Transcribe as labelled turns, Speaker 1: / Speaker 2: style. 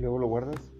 Speaker 1: luego lo guardas.